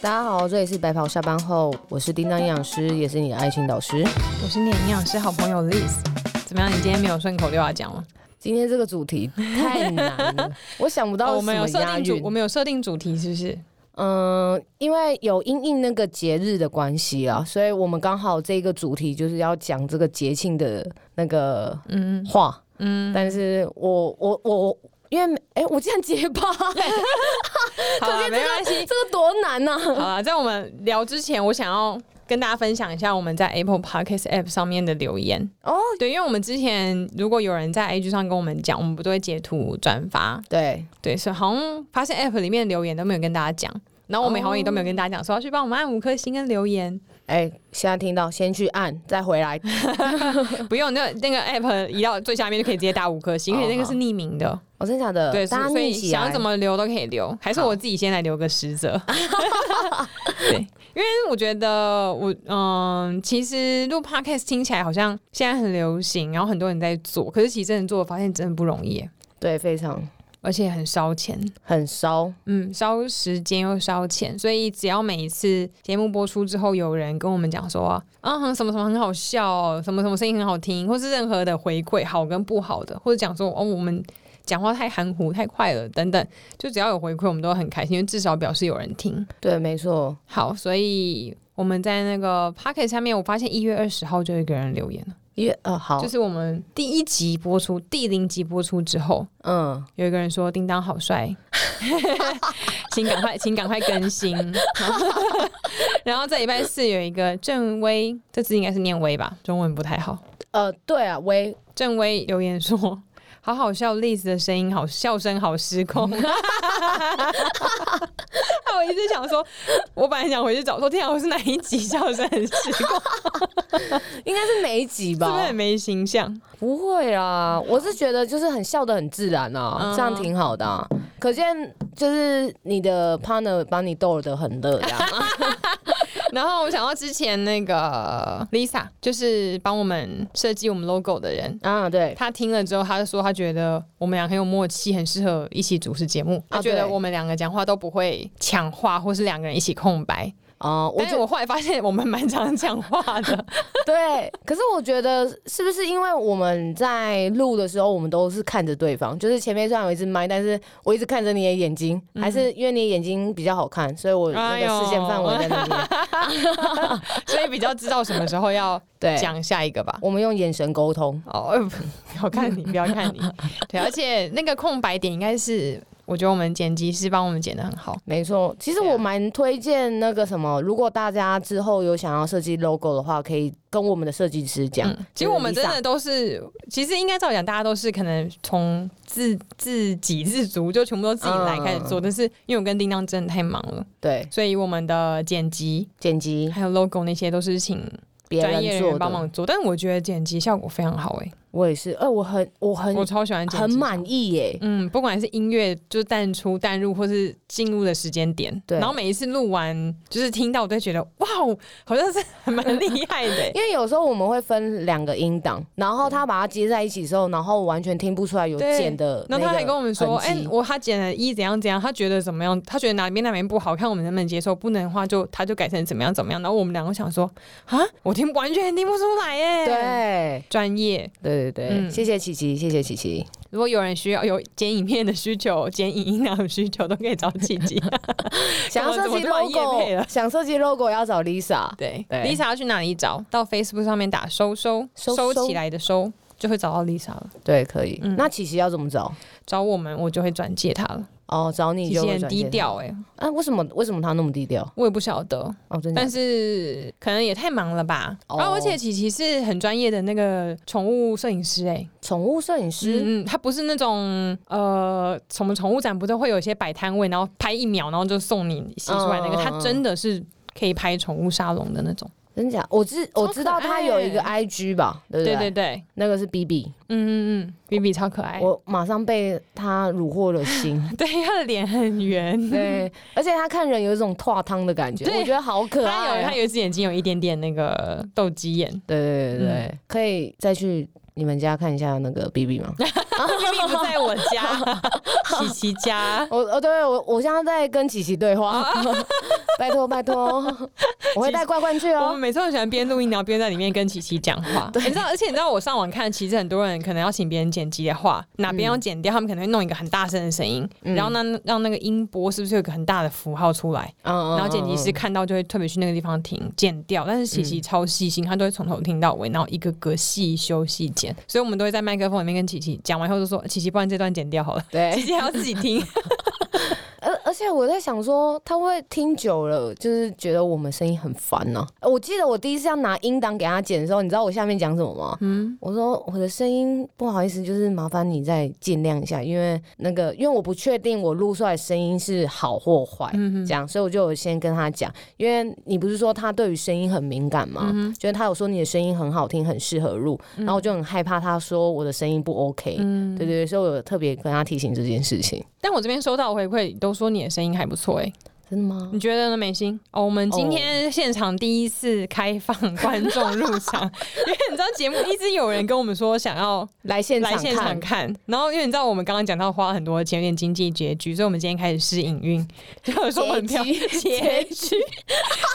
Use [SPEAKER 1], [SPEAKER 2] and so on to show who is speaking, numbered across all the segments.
[SPEAKER 1] 大家好，这里是白袍下班后，我是叮当营养师，也是你的爱情导师。
[SPEAKER 2] 我是你的营养师好朋友 Liz。怎么样？你今天没有顺口溜要讲吗？
[SPEAKER 1] 今天这个主题太难了，我想不到
[SPEAKER 2] 哦我们有
[SPEAKER 1] 哦什么
[SPEAKER 2] 设
[SPEAKER 1] 押
[SPEAKER 2] 定主，我
[SPEAKER 1] 韵。
[SPEAKER 2] 们有设定主题，是 不是？
[SPEAKER 1] 嗯，因为有因应那个节日的关系啊，所以我们刚好这个主题就是要讲这个节庆的那个
[SPEAKER 2] 嗯
[SPEAKER 1] 话。
[SPEAKER 2] 嗯，
[SPEAKER 1] 但是我我我因为哎、我竟然结 巴、
[SPEAKER 2] 好啊，没关系
[SPEAKER 1] 这。个多难呐、
[SPEAKER 2] 好啊，在我们聊之前，我想要跟大家分享一下我们在 Apple Podcast App 上面的留言。
[SPEAKER 1] 哦，
[SPEAKER 2] 对，因为我们之前如果有人在 IG 上跟我们讲，我们不都会截图转发，
[SPEAKER 1] 对，
[SPEAKER 2] 对，所以好像发现 App 里面留言都没有跟大家讲，然后我们好像也都没有跟大家讲说要去帮我们按五颗星跟留 言，
[SPEAKER 1] 哎、现在听到先去按，再回来。
[SPEAKER 2] 不用那那个 App 移到最下面就可以直接打五颗星，因为那个
[SPEAKER 1] 哦好
[SPEAKER 2] 是匿名的，
[SPEAKER 1] 我、真的假的？
[SPEAKER 2] 对，所
[SPEAKER 1] 大家啊
[SPEAKER 2] 以所以
[SPEAKER 1] 念起来
[SPEAKER 2] 想要怎么留都可以留，还是
[SPEAKER 1] 好
[SPEAKER 2] 我自己先来留个十 则，对，因为我觉得我嗯，其实录 Podcast 听起来好像现在很流行，然后很多人在做，可是其实真的做，发现真的不容易耶，
[SPEAKER 1] 对，非常
[SPEAKER 2] 而且很烧钱。
[SPEAKER 1] 很烧。
[SPEAKER 2] 嗯，烧时间又烧钱，所以只要每一次节目播出之后，有人跟我们讲说啊，哼什么什么很好笑、哦，什么什么声音很好听，或是任何的回馈，好跟不好的，或者讲说哦，我们讲话太含糊、太快了等等，就只要有回馈，我们都很开心，因为至少表示有人听。
[SPEAKER 1] 对，没错。
[SPEAKER 2] 好，所以我们在那个 Pocket 下面，我发现一月二十号就有一个人留言了，
[SPEAKER 1] 因为呃好，
[SPEAKER 2] 就是我们第一集播出、第零集播出之后，
[SPEAKER 1] 嗯，
[SPEAKER 2] 有一个人说：“叮当好 帅，请赶快，请赶快更 新。”然后在礼拜四有一个郑薇，这字应该是念薇吧，中文不太好。
[SPEAKER 1] 呃，对啊，喂，
[SPEAKER 2] 郑薇留言说：“好好笑，Liz 的声音好，笑声好失 控。”我一直想说，我本来想回去找说，天啊，我是哪一集笑声很失 控，
[SPEAKER 1] 应该是每一集
[SPEAKER 2] 是不是
[SPEAKER 1] 吧
[SPEAKER 2] 很？没形象？
[SPEAKER 1] 不会啦，我是觉得就是很笑的很自然啊，
[SPEAKER 2] 嗯
[SPEAKER 1] 这样挺好的、啊。可见就是你的 partner 把你逗得很乐这样。
[SPEAKER 2] 然后我想到之前那个 Lisa，就是帮我们设计我们 logo 的人，
[SPEAKER 1] 啊，对，
[SPEAKER 2] 他听了之后，他就说他觉得我们俩很有默契，很适合一起主持节目。他觉得
[SPEAKER 1] 哦对
[SPEAKER 2] 我们两个讲话都不会抢话，或是两个人一起空白。
[SPEAKER 1] 哦、我
[SPEAKER 2] 但
[SPEAKER 1] 觉
[SPEAKER 2] 是我后来发现我们蛮常讲话的，
[SPEAKER 1] 对，可是我觉得是不是因为我们在录的时候，我们都是看着对方，就是前面虽然有一只麦，但是我一直看着你的眼睛，还是因为你的眼睛比较好看，所以我那
[SPEAKER 2] 哎
[SPEAKER 1] 个
[SPEAKER 2] 呦
[SPEAKER 1] 视线范围在那边。
[SPEAKER 2] 所以比较知道什么时候要
[SPEAKER 1] 对，
[SPEAKER 2] 讲下一个吧。
[SPEAKER 1] 我们用眼神沟通。
[SPEAKER 2] 哦， 呃不要看你，不要看你。对，而且那个空白点应该是，我觉得我们剪辑师帮我们剪的很好。
[SPEAKER 1] 没错，其实
[SPEAKER 2] 对啊
[SPEAKER 1] 我蛮推荐那个什么，如果大家之后有想要设计 logo 的话，可以跟我们的设计师讲。
[SPEAKER 2] 嗯，其实我们
[SPEAKER 1] 就是
[SPEAKER 2] 真
[SPEAKER 1] Lisa
[SPEAKER 2] 的都是，其实应该照讲，大家都是可能从自自给自足，就全部都自己来开始
[SPEAKER 1] 嗯
[SPEAKER 2] 做。但是因为我跟叮当真的太忙了，
[SPEAKER 1] 对
[SPEAKER 2] 所以我们的剪辑
[SPEAKER 1] 剪辑
[SPEAKER 2] 还有 logo 那些都是请
[SPEAKER 1] 别
[SPEAKER 2] 专
[SPEAKER 1] 人
[SPEAKER 2] 业人
[SPEAKER 1] 做
[SPEAKER 2] 员帮
[SPEAKER 1] 的，
[SPEAKER 2] 忙做。但我觉得剪辑效果非常好、欸，
[SPEAKER 1] 我也是，哎、我很我很
[SPEAKER 2] 我超喜欢剪辑，
[SPEAKER 1] 很满。意耶、
[SPEAKER 2] 嗯，不管是音乐就是淡出、淡入，或是进入的时间点，
[SPEAKER 1] 对
[SPEAKER 2] 然后每一次录完，就是听到我都会觉得哇，哦，好像是 还蛮厉害的、欸
[SPEAKER 1] 因为有时候我们会分两个音档，然后他把它接在一起之后，然后完全听不出来有
[SPEAKER 2] 对
[SPEAKER 1] 剪的那
[SPEAKER 2] 然
[SPEAKER 1] 个痕迹。
[SPEAKER 2] 后他还跟我们说，哎、我他剪了一怎样怎样，他觉得怎么样，他觉得哪边哪边不好看，我们能不能接受？不能的话就他就改成怎么样怎么样。然后我们两个想说，啊，我听完全听不出来哎。，
[SPEAKER 1] 对
[SPEAKER 2] 专业。
[SPEAKER 1] 对对对，
[SPEAKER 2] 嗯
[SPEAKER 1] 谢谢琪琪，谢谢琪 琪。
[SPEAKER 2] 如果有人需要有剪影片的需求、剪影音档的需求，都可以找琪琪。
[SPEAKER 1] 想要设
[SPEAKER 2] 怎么
[SPEAKER 1] 计
[SPEAKER 2] 突然业
[SPEAKER 1] logo，
[SPEAKER 2] 配了
[SPEAKER 1] 想设计 logo 要找 Lisa。
[SPEAKER 2] 对
[SPEAKER 1] 对
[SPEAKER 2] ，Lisa 要去哪里找？到 Facebook 上面打“收收
[SPEAKER 1] 收收
[SPEAKER 2] 收起来的收”，就会找到 Lisa 了。
[SPEAKER 1] 对，可以。
[SPEAKER 2] 嗯
[SPEAKER 1] 那琪琪要怎么找？
[SPEAKER 2] 找我们，我就会转介他了。
[SPEAKER 1] 哦，找你
[SPEAKER 2] 琪
[SPEAKER 1] 就
[SPEAKER 2] 琪
[SPEAKER 1] 会
[SPEAKER 2] 很
[SPEAKER 1] 转
[SPEAKER 2] 低
[SPEAKER 1] 介
[SPEAKER 2] 调哎、
[SPEAKER 1] 他。啊，为什么为什么他那么低调？
[SPEAKER 2] 我也不晓得。
[SPEAKER 1] 哦，真的假
[SPEAKER 2] 但
[SPEAKER 1] 的。
[SPEAKER 2] 是可能也太忙了吧。
[SPEAKER 1] 哦
[SPEAKER 2] 然后、而且琪琪是很专业的那个宠物摄影师、哎，
[SPEAKER 1] 宠物摄影师，
[SPEAKER 2] 嗯，嗯他不是那种呃，什么宠物展不都会有一些摆摊位，然后拍一秒，然后就送你洗出来那
[SPEAKER 1] 嗯
[SPEAKER 2] 个，
[SPEAKER 1] 嗯嗯
[SPEAKER 2] 他真的是。可以拍宠物沙龙的那种，
[SPEAKER 1] 真假？我知我
[SPEAKER 2] 超
[SPEAKER 1] 知
[SPEAKER 2] 可
[SPEAKER 1] 道他
[SPEAKER 2] 爱
[SPEAKER 1] 有一个 IG 吧，对不
[SPEAKER 2] 对对对，
[SPEAKER 1] 那个是 B B，
[SPEAKER 2] 嗯嗯嗯，B B 超可爱，
[SPEAKER 1] 我马上被他虏获了心。
[SPEAKER 2] 对，他的脸很圆，
[SPEAKER 1] 对，而且他看人有一种拓汤的感觉，
[SPEAKER 2] 对
[SPEAKER 1] 我觉得好可
[SPEAKER 2] 他
[SPEAKER 1] 爱
[SPEAKER 2] 有
[SPEAKER 1] 啊、
[SPEAKER 2] 他有一只眼睛有一点点那个斗鸡眼，
[SPEAKER 1] 对对对对，
[SPEAKER 2] 嗯
[SPEAKER 1] 可以再去你们家看一下那个 B B 吗？
[SPEAKER 2] B B 不在我 家，琪琪家，
[SPEAKER 1] 哦 我哦，对我我现在在跟琪琪对话，拜托拜托，我会带罐罐去
[SPEAKER 2] 我
[SPEAKER 1] 哦
[SPEAKER 2] 们。每次都喜欢边录音，然后边在里面跟琪琪讲 话。你知道，而且你知道，我上网看，其实很多人可能要请别人剪辑的话，哪边要剪掉，他们可能会弄一个很大声的声音，
[SPEAKER 1] 嗯
[SPEAKER 2] 然后呢，让那个音波是不是有一个很大的符号出来？
[SPEAKER 1] 嗯嗯
[SPEAKER 2] 然后剪辑师
[SPEAKER 1] 嗯
[SPEAKER 2] 看到就会特别去那个地方停剪掉，但是琪琪超细心，他都会从头听到尾，然后一个个细修细剪，所以我们都会在麦克风里面跟琪琪讲完以后就说：“琪琪，不然这段剪 掉好了。” 琪
[SPEAKER 1] 对，
[SPEAKER 2] 琪还要自己听，
[SPEAKER 1] 而而且我在想说，他会不会听久了，就是觉得我们声音很烦呢、我记得我第一次要拿音档给他剪的时候，你知道我下面讲什么吗？嗯，我说我的声音不好意思，就是麻烦你再见谅一下，因为那个因为我不确定我录出来的声音是好或
[SPEAKER 2] 嗯
[SPEAKER 1] 坏，这样，所以我就有先跟他讲，因为你不是说他对于声音很敏感吗？就是他有说你的声音很好听，很适合录，然后
[SPEAKER 2] 嗯
[SPEAKER 1] 我就很害怕他说我的声音不 OK，、对对对，所以我有特别跟他提醒这件事情。
[SPEAKER 2] 但我这边收到的回馈都说你的声音还不错哎、
[SPEAKER 1] 真的吗？
[SPEAKER 2] 你觉得呢，美心？哦，我们今天现场第一次开放 观众入场，因为你知道节目一直有人跟我们说想要
[SPEAKER 1] 来现场
[SPEAKER 2] 来
[SPEAKER 1] 看，
[SPEAKER 2] 现场看，然后因为你知道我们刚刚讲到花很多钱，有点经济拮据，所以我们今天开始试营运，就有说门票
[SPEAKER 1] 拮据
[SPEAKER 2] 拮据，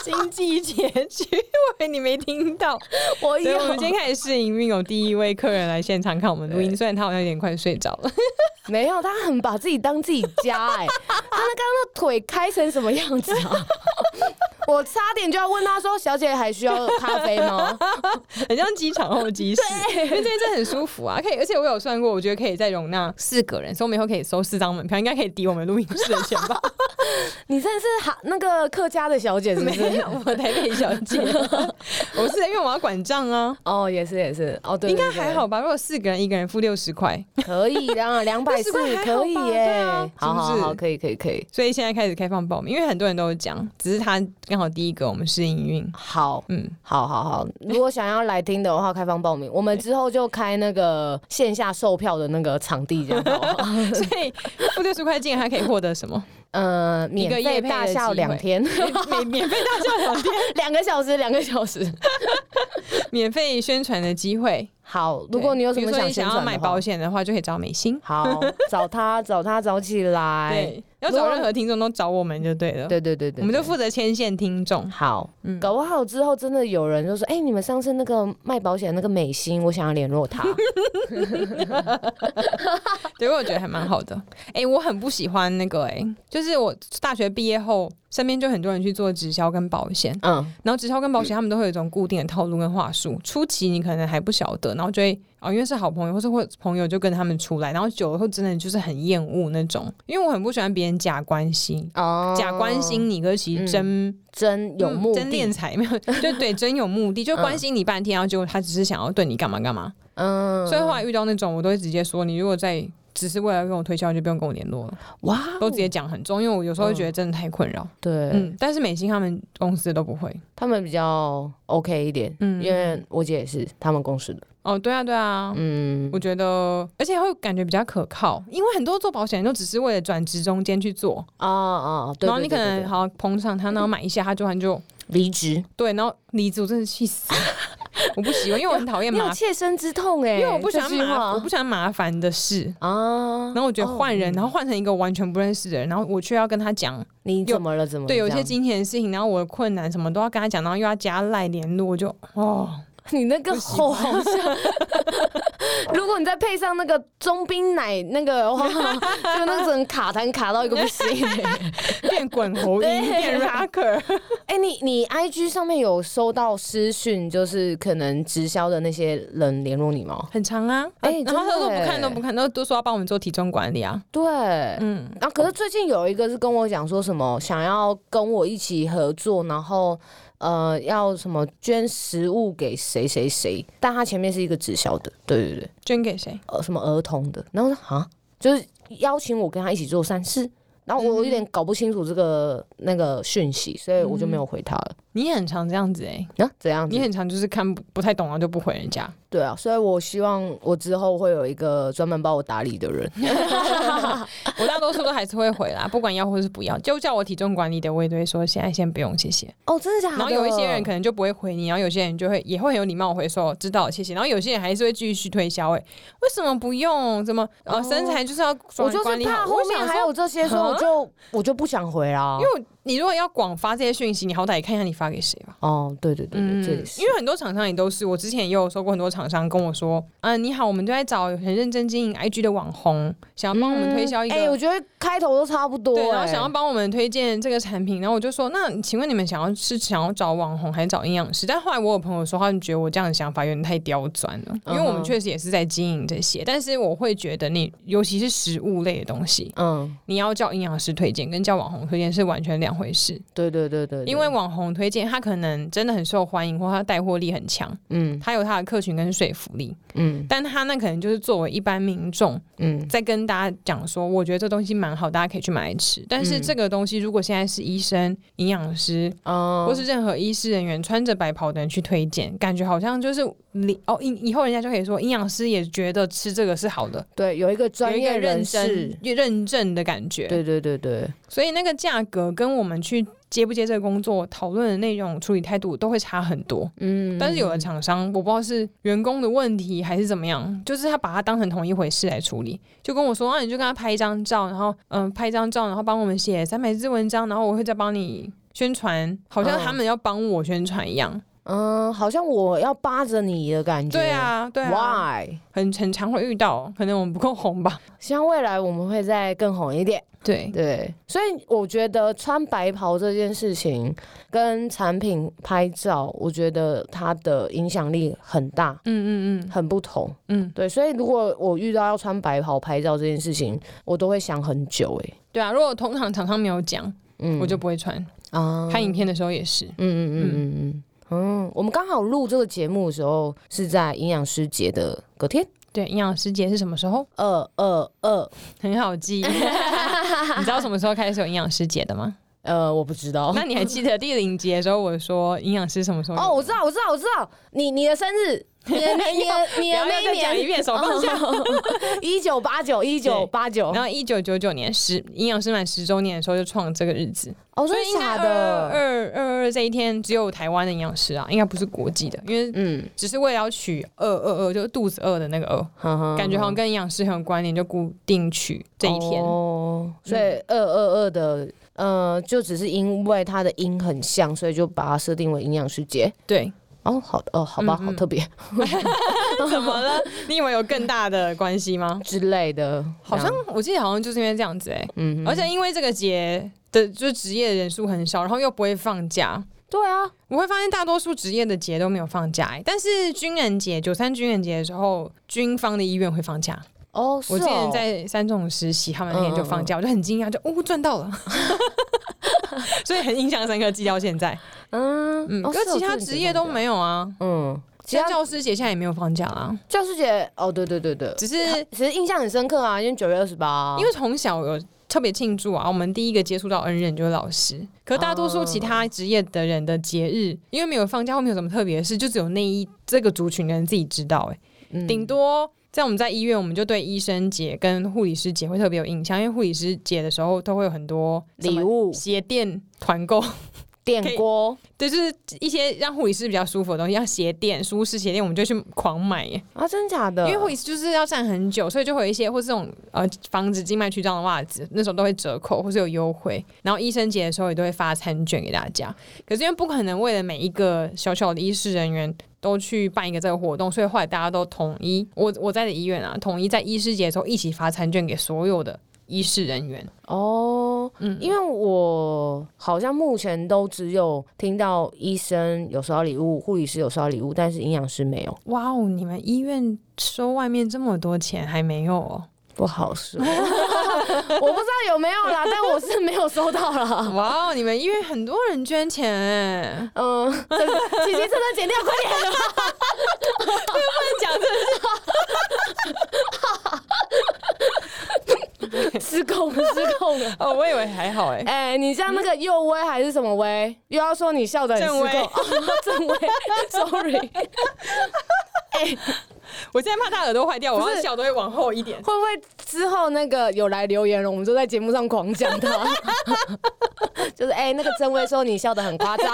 [SPEAKER 2] 经济拮据，我以为你没听到，
[SPEAKER 1] 我
[SPEAKER 2] 所以我们今天开始试营运，有第一位客人来现场看我们录音，虽然他好像有点快睡着了，
[SPEAKER 1] 没有，他很把自己当自己家哎、 他那刚刚那腿开成什么样子啊？ 我差点就要问他说：“小姐还需要咖啡吗
[SPEAKER 2] 很像机场 候机室，因为这边真的很舒服啊，可以，而且我有算过，我觉得可以再容纳四个人，所以我们以后可以收四张门票，应该可以抵我们录音室的钱 吧？？”
[SPEAKER 1] 你真的是哈那个客家的小姐是不
[SPEAKER 2] 没
[SPEAKER 1] 是？
[SPEAKER 2] 有，我台北小姐， 我是因为我要管账啊，
[SPEAKER 1] 哦，也是也是，哦对
[SPEAKER 2] 应该还，好吧？如果四个人，一个人付六十块，
[SPEAKER 1] 对对可以 的，两百四
[SPEAKER 2] 60块还好吧
[SPEAKER 1] 可以耶、
[SPEAKER 2] 对啊
[SPEAKER 1] 好好
[SPEAKER 2] 是不是
[SPEAKER 1] 好，可以可以可以，
[SPEAKER 2] 所以现在开始开放报名，因为很多人都有讲，只是他刚好第一个我们试营运，
[SPEAKER 1] 好。
[SPEAKER 2] 嗯，
[SPEAKER 1] 好好好，如果想要来听的话，开放报名。我们之后就开那个线下售票的那个场地，这样哦好不好？
[SPEAKER 2] 所以付六十块进来，还可以获得 什么？
[SPEAKER 1] 呃，
[SPEAKER 2] 一
[SPEAKER 1] 免
[SPEAKER 2] 个业
[SPEAKER 1] 费
[SPEAKER 2] 配的
[SPEAKER 1] 大
[SPEAKER 2] 机
[SPEAKER 1] 笑
[SPEAKER 2] 会
[SPEAKER 1] 两 天，
[SPEAKER 2] 免免费大家两天，
[SPEAKER 1] 两个小时，两个小时。
[SPEAKER 2] 免费宣传的机会。
[SPEAKER 1] 好，如果你有什
[SPEAKER 2] 比
[SPEAKER 1] 么
[SPEAKER 2] 如说
[SPEAKER 1] 想
[SPEAKER 2] 你
[SPEAKER 1] 宣
[SPEAKER 2] 想
[SPEAKER 1] 传
[SPEAKER 2] 要
[SPEAKER 1] 的
[SPEAKER 2] 买
[SPEAKER 1] 话
[SPEAKER 2] 保，险的话，就可以找美心。
[SPEAKER 1] 好，找他，找他，找起来。
[SPEAKER 2] 对，要找任何听众都找我们就对了。
[SPEAKER 1] 哎对对对对，
[SPEAKER 2] 我们就嗯
[SPEAKER 1] 对
[SPEAKER 2] 负责牵线听众。
[SPEAKER 1] 好。搞不好之后真的有人就说：“哎，你们上次那个卖保险的那个美心，我想要联络 他。
[SPEAKER 2] 对，我觉得还蛮好 的。哎、我很不喜欢那个、哎，就是我大学毕业后，身边就很多人去做直销跟保险”，
[SPEAKER 1] 嗯，
[SPEAKER 2] 然后直销跟保险他们都会有一种固定的套路跟话术。初期你可能还不晓得，然后就会哦，因为是好朋友或是会朋友就跟他们出来，然后久了会真的就是很厌恶那种，因为我很不喜欢别人假关心。
[SPEAKER 1] 哦嗯
[SPEAKER 2] 假关心你，可是其实真、
[SPEAKER 1] 真有目
[SPEAKER 2] 嗯真
[SPEAKER 1] 的
[SPEAKER 2] 敛，财没有？ 就对，真有目的，就关心你半天，然后结果他只是想要对你干嘛干嘛。
[SPEAKER 1] 嗯
[SPEAKER 2] 所以后来遇到那种，我都会直接说，你如果在只是为了跟我推销，就不用跟我联络了，
[SPEAKER 1] 哇哦，嗯
[SPEAKER 2] 都直接讲很重，因为我有时候会觉得真的太困扰。
[SPEAKER 1] 对
[SPEAKER 2] 嗯，但是美心他们公司都不会。
[SPEAKER 1] 他们比较 OK 一点，
[SPEAKER 2] 嗯
[SPEAKER 1] 因为我姐也是他们公司的，
[SPEAKER 2] 哦，对啊，对啊。
[SPEAKER 1] 嗯
[SPEAKER 2] 我觉得，而且会感觉比较可靠，因为很多做保险人都只是为了转职中间去做，
[SPEAKER 1] 啊啊，对
[SPEAKER 2] 然后
[SPEAKER 1] 对
[SPEAKER 2] 你可
[SPEAKER 1] 对对
[SPEAKER 2] 能
[SPEAKER 1] 对
[SPEAKER 2] 好好捧场他，然后买一下，他就然就
[SPEAKER 1] 离职，
[SPEAKER 2] 对，然后离职，我真的气死了，我不喜欢，因为我很讨厌
[SPEAKER 1] 你
[SPEAKER 2] 麻
[SPEAKER 1] 有
[SPEAKER 2] 烦。
[SPEAKER 1] 切身之痛哎，
[SPEAKER 2] 因为我不喜
[SPEAKER 1] 想
[SPEAKER 2] 欢麻，我不喜欢麻烦的事。
[SPEAKER 1] 啊，
[SPEAKER 2] 然后我觉得换人，然后换成一个完全不认识的人，然后我却要跟他讲，
[SPEAKER 1] 你怎么了？怎么了
[SPEAKER 2] 对，有一
[SPEAKER 1] 这
[SPEAKER 2] 些
[SPEAKER 1] 样
[SPEAKER 2] 金钱的事情，然后我的困难什么都要跟他讲，然后又要加赖联络，我就哦，
[SPEAKER 1] 你那个
[SPEAKER 2] 不习
[SPEAKER 1] 吼好像， 如果你再配上那个中冰奶那个，哇，就那种卡痰卡到一个不行。欸
[SPEAKER 2] 变 滚喉音，
[SPEAKER 1] 对
[SPEAKER 2] 变 rocker，
[SPEAKER 1] 哎、你你 IG 上面有收到私讯，就是可能直销的那些人联络你吗？
[SPEAKER 2] 很长啊。
[SPEAKER 1] 哎
[SPEAKER 2] 然后
[SPEAKER 1] 真
[SPEAKER 2] 他
[SPEAKER 1] 的
[SPEAKER 2] 都不
[SPEAKER 1] 耶
[SPEAKER 2] 看都不看，都都说要帮我们做体重管理啊。
[SPEAKER 1] 对，
[SPEAKER 2] 嗯，
[SPEAKER 1] 啊，可是最近有一个是跟我讲说什么想要跟我一起合作，然后呃要什么捐食物给谁谁谁，但他前面是一个直销的，对对对。
[SPEAKER 2] 捐给谁？
[SPEAKER 1] 呃什么儿童的，然后我说啊，就是邀请我跟他一起做善事，然后我我有
[SPEAKER 2] 嗯
[SPEAKER 1] 点搞不清楚这个那个讯息，所以我就没有回他了。
[SPEAKER 2] 你也很常这样子哎、
[SPEAKER 1] 啊，怎样子
[SPEAKER 2] 嗯你？很常就是看不不太懂，然后啊就不回 人家。
[SPEAKER 1] 对啊，所以我希望我之后会有一个专门帮我打理的人。
[SPEAKER 2] 我大多数都还是会回啦，不管要或是不要。就叫我体重管理的，我也都会说现在先不用，谢谢。
[SPEAKER 1] 哦，真的假的？
[SPEAKER 2] 然后有一些人可能就不会回你，然后有些人就会也会很有礼貌地回说哦知道了谢谢，然后有些人还是会继续推销哎、为什么不用？怎么呃
[SPEAKER 1] 哦
[SPEAKER 2] 身材就是要
[SPEAKER 1] 我
[SPEAKER 2] 管
[SPEAKER 1] 就
[SPEAKER 2] 管
[SPEAKER 1] 是
[SPEAKER 2] 理好？
[SPEAKER 1] 怕后
[SPEAKER 2] 我
[SPEAKER 1] 面
[SPEAKER 2] 想
[SPEAKER 1] 还
[SPEAKER 2] 说啊
[SPEAKER 1] 有这些，所以我就我就不想回啦。
[SPEAKER 2] 因为我你如果要广发这些讯息，你好歹也看一下你发给谁吧。
[SPEAKER 1] 哦，对对对对，这也是
[SPEAKER 2] 因。为很多厂商也都是，我之前也有收过很多厂商跟我说，嗯、你好，我们就在找很认真经营 IG 的网红，想要帮我们推销一个，
[SPEAKER 1] 哎、我觉得开头都差不多、
[SPEAKER 2] 对，然后
[SPEAKER 1] 哎
[SPEAKER 2] 想要帮我们推荐这个产品，然后我就说，那请问你们想要是想要找网红还是找营养师？但后来我有朋友说，他们觉得我这样的想法有点太刁钻了，因为我
[SPEAKER 1] 嗯哼
[SPEAKER 2] 们确实也是在经营这些，但是我会觉得你，尤其是食物类的东西，
[SPEAKER 1] 嗯，
[SPEAKER 2] 你要叫营养师推荐跟叫网红推荐是完全两回事，
[SPEAKER 1] 对对对对，对
[SPEAKER 2] 因为网红推荐他可能真的很受欢迎，或他带货力很强，
[SPEAKER 1] 嗯
[SPEAKER 2] 他有他的客群跟说服力，
[SPEAKER 1] 嗯
[SPEAKER 2] 但他那可能就是作为一般民众。
[SPEAKER 1] 嗯，
[SPEAKER 2] 在跟大家讲说，我觉得这东西蛮好，大家可以去买来吃。但是
[SPEAKER 1] 嗯
[SPEAKER 2] 这个东西，如果现在是医生、营养师、
[SPEAKER 1] 哦、
[SPEAKER 2] 或是任何医师人员穿着白袍的人去推荐，感觉好像就是你哦，以以后人家就可以说，营养师也觉得吃这个是好的，
[SPEAKER 1] 对有一个
[SPEAKER 2] 有
[SPEAKER 1] 专
[SPEAKER 2] 一
[SPEAKER 1] 业
[SPEAKER 2] 个认
[SPEAKER 1] 人士
[SPEAKER 2] 真，、认证的感觉。
[SPEAKER 1] 对对对对，
[SPEAKER 2] 所以那个价格跟我们去接不接这个工作、讨论的内容、处理态度都会差很多。
[SPEAKER 1] 嗯，
[SPEAKER 2] 但是有的厂商，我不知道是员工的问题还是怎么样，就是他把它当成同一回事来处理，就跟我说，那、啊你就跟他拍一张照，然后嗯，拍一张照，然后帮我们写三百字文章，然后我会再帮你宣传，好
[SPEAKER 1] 嗯
[SPEAKER 2] 像他们要帮我宣传一样。
[SPEAKER 1] 嗯，好像我要扒着你的感觉，
[SPEAKER 2] 对啊，对啊，
[SPEAKER 1] ，Why？
[SPEAKER 2] 很很常会遇到，可能我们不够红吧。
[SPEAKER 1] 希望未来我们会再更红一点。
[SPEAKER 2] 对，
[SPEAKER 1] 对，所以我觉得穿白袍这件事情跟产品拍照，我觉得它的影响力很大，
[SPEAKER 2] 嗯嗯嗯
[SPEAKER 1] 很不同。
[SPEAKER 2] 嗯，
[SPEAKER 1] 对，所以如果我遇到要穿白袍拍照这件事情，我都会想很久、欸。哎，
[SPEAKER 2] 对啊，如果通常厂商没有讲，
[SPEAKER 1] 嗯
[SPEAKER 2] 我就不会穿。
[SPEAKER 1] 啊
[SPEAKER 2] 看影片的时候也是。
[SPEAKER 1] 嗯嗯嗯嗯嗯。嗯，我们刚好录这个节目的时候是在营养师节的隔天，呃
[SPEAKER 2] 对，营养师节是什么时候？
[SPEAKER 1] 二二二，
[SPEAKER 2] 很好记。你知道什么时候开始有营养师节的吗？
[SPEAKER 1] 呃，我不知道。
[SPEAKER 2] 那你还记得第零节的时候，我说营养师什么时候有？
[SPEAKER 1] 哦，我知道，我知道，我知道，你你的生日，你的你的你的
[SPEAKER 2] 不要
[SPEAKER 1] 那一
[SPEAKER 2] 再讲一
[SPEAKER 1] 年，
[SPEAKER 2] 遍，手放下。
[SPEAKER 1] 一九八九一九八九，
[SPEAKER 2] 然后一九九九年十营养师满十周年的时候就创这个日子，
[SPEAKER 1] 哦，
[SPEAKER 2] 所
[SPEAKER 1] 真的
[SPEAKER 2] 以应该
[SPEAKER 1] 假
[SPEAKER 2] 二
[SPEAKER 1] 的？
[SPEAKER 2] 二二二这一天只有台湾的营养师啊，应该不是国际的，因为
[SPEAKER 1] 嗯，
[SPEAKER 2] 只是为了要取二二二，就是肚子饿的那个饿，感
[SPEAKER 1] 感
[SPEAKER 2] 觉好像跟营养师很有关联，就固定取这一天。嗯
[SPEAKER 1] 哦，所以二二二的。呃，就只是因为它的音很像，所以就把它设定为营养师节。
[SPEAKER 2] 对，
[SPEAKER 1] 哦，好的，哦，好吧，
[SPEAKER 2] 嗯嗯
[SPEAKER 1] 好特别
[SPEAKER 2] 怎么了？你以为有更大的关系吗？
[SPEAKER 1] 之类的，
[SPEAKER 2] 好像
[SPEAKER 1] 这样
[SPEAKER 2] 我记得好像就是因为这样子哎、
[SPEAKER 1] 嗯
[SPEAKER 2] 而且因为这个节的就是职业人数很少，然后又不会放假，
[SPEAKER 1] 对啊，
[SPEAKER 2] 我会发现大多数职业的节都没有放假、欸，但是军人节、九三军人节的时候，军方的医院会放假。
[SPEAKER 1] 哦，嗯是
[SPEAKER 2] 我之前
[SPEAKER 1] 哦
[SPEAKER 2] 在三重实习，他们那天就放假，我就很惊讶，就哦赚 到了，所以很印象深刻，记到现在。
[SPEAKER 1] 嗯
[SPEAKER 2] 嗯，
[SPEAKER 1] 哦
[SPEAKER 2] 可
[SPEAKER 1] 是哦
[SPEAKER 2] 其他
[SPEAKER 1] 这个
[SPEAKER 2] 职业都没有啊，
[SPEAKER 1] 嗯，其
[SPEAKER 2] 像
[SPEAKER 1] 他
[SPEAKER 2] 教师节现在也没有放假啊，
[SPEAKER 1] 教师节哦，对对对对，
[SPEAKER 2] 只是因
[SPEAKER 1] 其实印象很深刻啊，因为九月二十八，
[SPEAKER 2] 为从小有。特别庆祝啊！我们第一个接触到恩人就是老师，可大多数其他职业的人的节
[SPEAKER 1] 哦
[SPEAKER 2] 日，因为没有放假，或没有什么特别的事，就只有那一这个族群的人自己知道、欸。
[SPEAKER 1] 嗯
[SPEAKER 2] 顶多在我们在医院，我们就对医生节跟护理师节会特别有印象，因为护理师节的时候都会有很多什么
[SPEAKER 1] 礼物、
[SPEAKER 2] 鞋垫团购，
[SPEAKER 1] 电
[SPEAKER 2] 可以
[SPEAKER 1] 锅
[SPEAKER 2] 对，就是一些让护理师比较舒服的东西，像鞋垫、舒适鞋垫，我们就去狂买耶。
[SPEAKER 1] 啊，真假的？
[SPEAKER 2] 因为护理师就是要站很久，所以就会有一些或是这种呃防止静脉曲张的袜子，那时候都会折扣或是有优惠。然后医生节的时候也都会发餐券给大家。可是因为不可能为了每一个小小的医师人员都去办一个这个活动，所以后来大家都统一，我我在的医院啊，统一在医师节的时候一起发餐券给所有的医师人员。
[SPEAKER 1] 哦，
[SPEAKER 2] 嗯
[SPEAKER 1] 因为我好像目前都只有听到医生有收到礼物，护理师有收到礼物，但是营养师没有，
[SPEAKER 2] 哇哦，你们医院收外面这么多钱还没有哦？
[SPEAKER 1] 不好说。 我不知道有没有啦，但我是没有收到啦。
[SPEAKER 2] 哇哦，你们医院很多人捐钱哎、
[SPEAKER 1] 嗯，这个姐姐真的剪掉，快点！
[SPEAKER 2] 讲这
[SPEAKER 1] 失控了，失控了。
[SPEAKER 2] 哦，我以为还好哎、
[SPEAKER 1] 哎、你像那个右威还是什么威，又要说你笑的很失
[SPEAKER 2] 正威
[SPEAKER 1] 控。哦 正威，sorry，
[SPEAKER 2] 我现在怕他耳朵坏掉，
[SPEAKER 1] 不
[SPEAKER 2] 我
[SPEAKER 1] 是
[SPEAKER 2] 要笑都会往后一点。
[SPEAKER 1] 会不会之后那个有来留言了，我们就在节目上狂讲他？ 就是哎、那个曾威说你笑得很 夸张。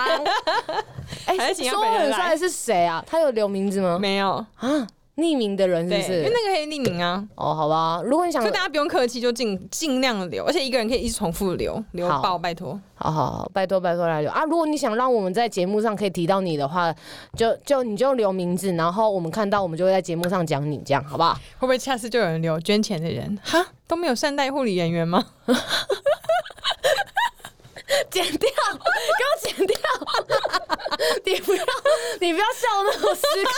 [SPEAKER 1] 哎、
[SPEAKER 2] 还是请他
[SPEAKER 1] 说我
[SPEAKER 2] 本人
[SPEAKER 1] 很
[SPEAKER 2] 来哦
[SPEAKER 1] 帅的是谁啊？他有留名字吗？
[SPEAKER 2] 没有，
[SPEAKER 1] 啊，匿名的人是
[SPEAKER 2] 对，
[SPEAKER 1] 不
[SPEAKER 2] 因为
[SPEAKER 1] 是？
[SPEAKER 2] 那个可以匿名啊，
[SPEAKER 1] 哦，好吧，如果你想
[SPEAKER 2] 所以，大家不用客气，就尽尽量留，而且一个人可以一直重复留留
[SPEAKER 1] 好
[SPEAKER 2] 爆，拜托。
[SPEAKER 1] 好好好，拜托拜托来留啊！如果你想让我们在节目上可以提到你的话，就就你就留名字，然后我们看到我们就会在节目上讲你，这样好不好？
[SPEAKER 2] 会不会下次就有人留捐钱的人？哈，都没有善待护理人员吗？
[SPEAKER 1] 剪掉，给我剪掉！ 你不要你不要笑那么失控。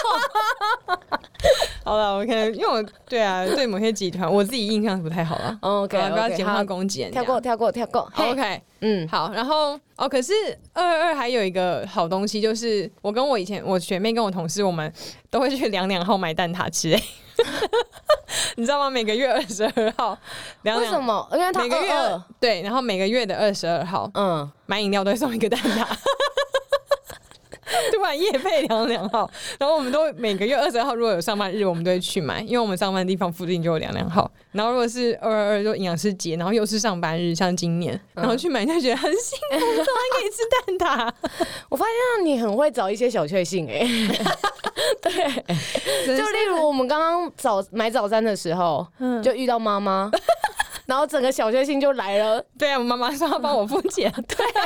[SPEAKER 2] 好了，我可能因为我对啊，对某些集团我自己印象不太好了。
[SPEAKER 1] OK，
[SPEAKER 2] 好啦不要简化攻击人家。
[SPEAKER 1] 跳过跳过跳过。
[SPEAKER 2] 好
[SPEAKER 1] 嘿
[SPEAKER 2] OK，
[SPEAKER 1] 嗯，
[SPEAKER 2] 好，然后哦，可是二二二还有一个好东西，就是我跟我以前我学妹跟我同事，我们都会去两两号买蛋挞吃、欸， 你知道吗？每个月二十二号，两
[SPEAKER 1] 为什
[SPEAKER 2] 两
[SPEAKER 1] 么？因为他
[SPEAKER 2] 每个月
[SPEAKER 1] 二二，
[SPEAKER 2] 对，然后每个月的二十二号
[SPEAKER 1] 嗯，
[SPEAKER 2] 买饮料都会送一个蛋挞。 突然夜配两两号，然后我们都每个月二十号如果有上班日，我们都会去买，因为我们上班的地方附近就有两两号。然后如果是二二二就营养师节，然后又是上班日，像今年，然后去买就觉得很幸福，早上可以吃蛋
[SPEAKER 1] 我发现到你很会找一些小确幸 哎、
[SPEAKER 2] 挞。
[SPEAKER 1] 就例如我们刚刚早买早餐的时候，
[SPEAKER 2] 嗯
[SPEAKER 1] 就遇到妈妈， 然后整个小确幸就来了。
[SPEAKER 2] 对啊，我妈妈说要帮我付钱，对、啊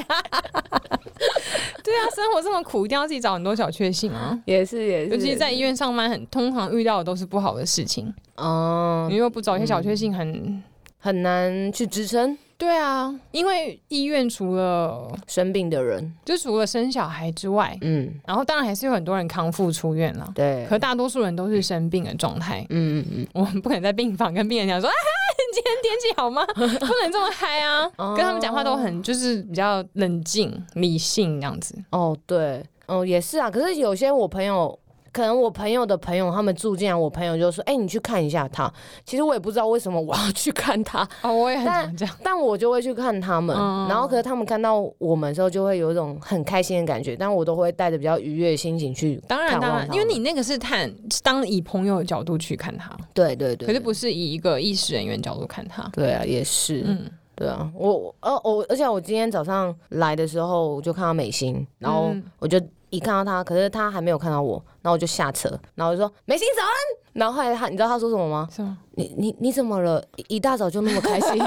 [SPEAKER 2] 对啊，生活这么苦，一定要自己找很多小确幸啊。
[SPEAKER 1] 也是也
[SPEAKER 2] 尤其是在医院上班很，通常遇到的都是不好的事情，
[SPEAKER 1] 嗯
[SPEAKER 2] 你，如果不找一些小确幸很，
[SPEAKER 1] 很难去支撑
[SPEAKER 2] 对啊，因为医院除了
[SPEAKER 1] 生病的人。
[SPEAKER 2] 就除了生小孩之外，
[SPEAKER 1] 嗯，
[SPEAKER 2] 然后当然还是有很多人康复出院了，
[SPEAKER 1] 对，
[SPEAKER 2] 可大多数人都是生病的状态。
[SPEAKER 1] 嗯嗯嗯，
[SPEAKER 2] 我们不可能在病房跟病人讲说，啊， 今天天气好 吗？不能这么嗨啊！跟他们讲话都很就是比较冷静、理性这样子。
[SPEAKER 1] 哦对，哦也是啊。可是有些我朋友。可能我朋友的朋友他们住进来，我朋友就说：“哎、你去看一下他。”其实我也不知道为什么我要 去看他，
[SPEAKER 2] 哦，我也很
[SPEAKER 1] 但
[SPEAKER 2] 常这样。
[SPEAKER 1] 但我就会去看他们，
[SPEAKER 2] 嗯
[SPEAKER 1] 然后可是他们看到我们的时候，就会有一种很开心的感觉，但我都会带着比较愉悦的心情去
[SPEAKER 2] 当然，
[SPEAKER 1] 看望
[SPEAKER 2] 当
[SPEAKER 1] 他
[SPEAKER 2] 然，
[SPEAKER 1] 们
[SPEAKER 2] 因为你那个是探，是当以朋友的角度去看他，
[SPEAKER 1] 对对对，
[SPEAKER 2] 可是不是以一个医师人员角度看他。
[SPEAKER 1] 对啊，也是，
[SPEAKER 2] 嗯，
[SPEAKER 1] 对啊，我我呃我，而且我今天早上来的时候，我就看到美心，然后
[SPEAKER 2] 嗯
[SPEAKER 1] 我就一看到她，可是她还没有看到我，然后我就下车，然后我就说美心早安，然后后来她，你知道她说什么吗？
[SPEAKER 2] 是吗？
[SPEAKER 1] 你你你怎么了？一一大早就那么开 心，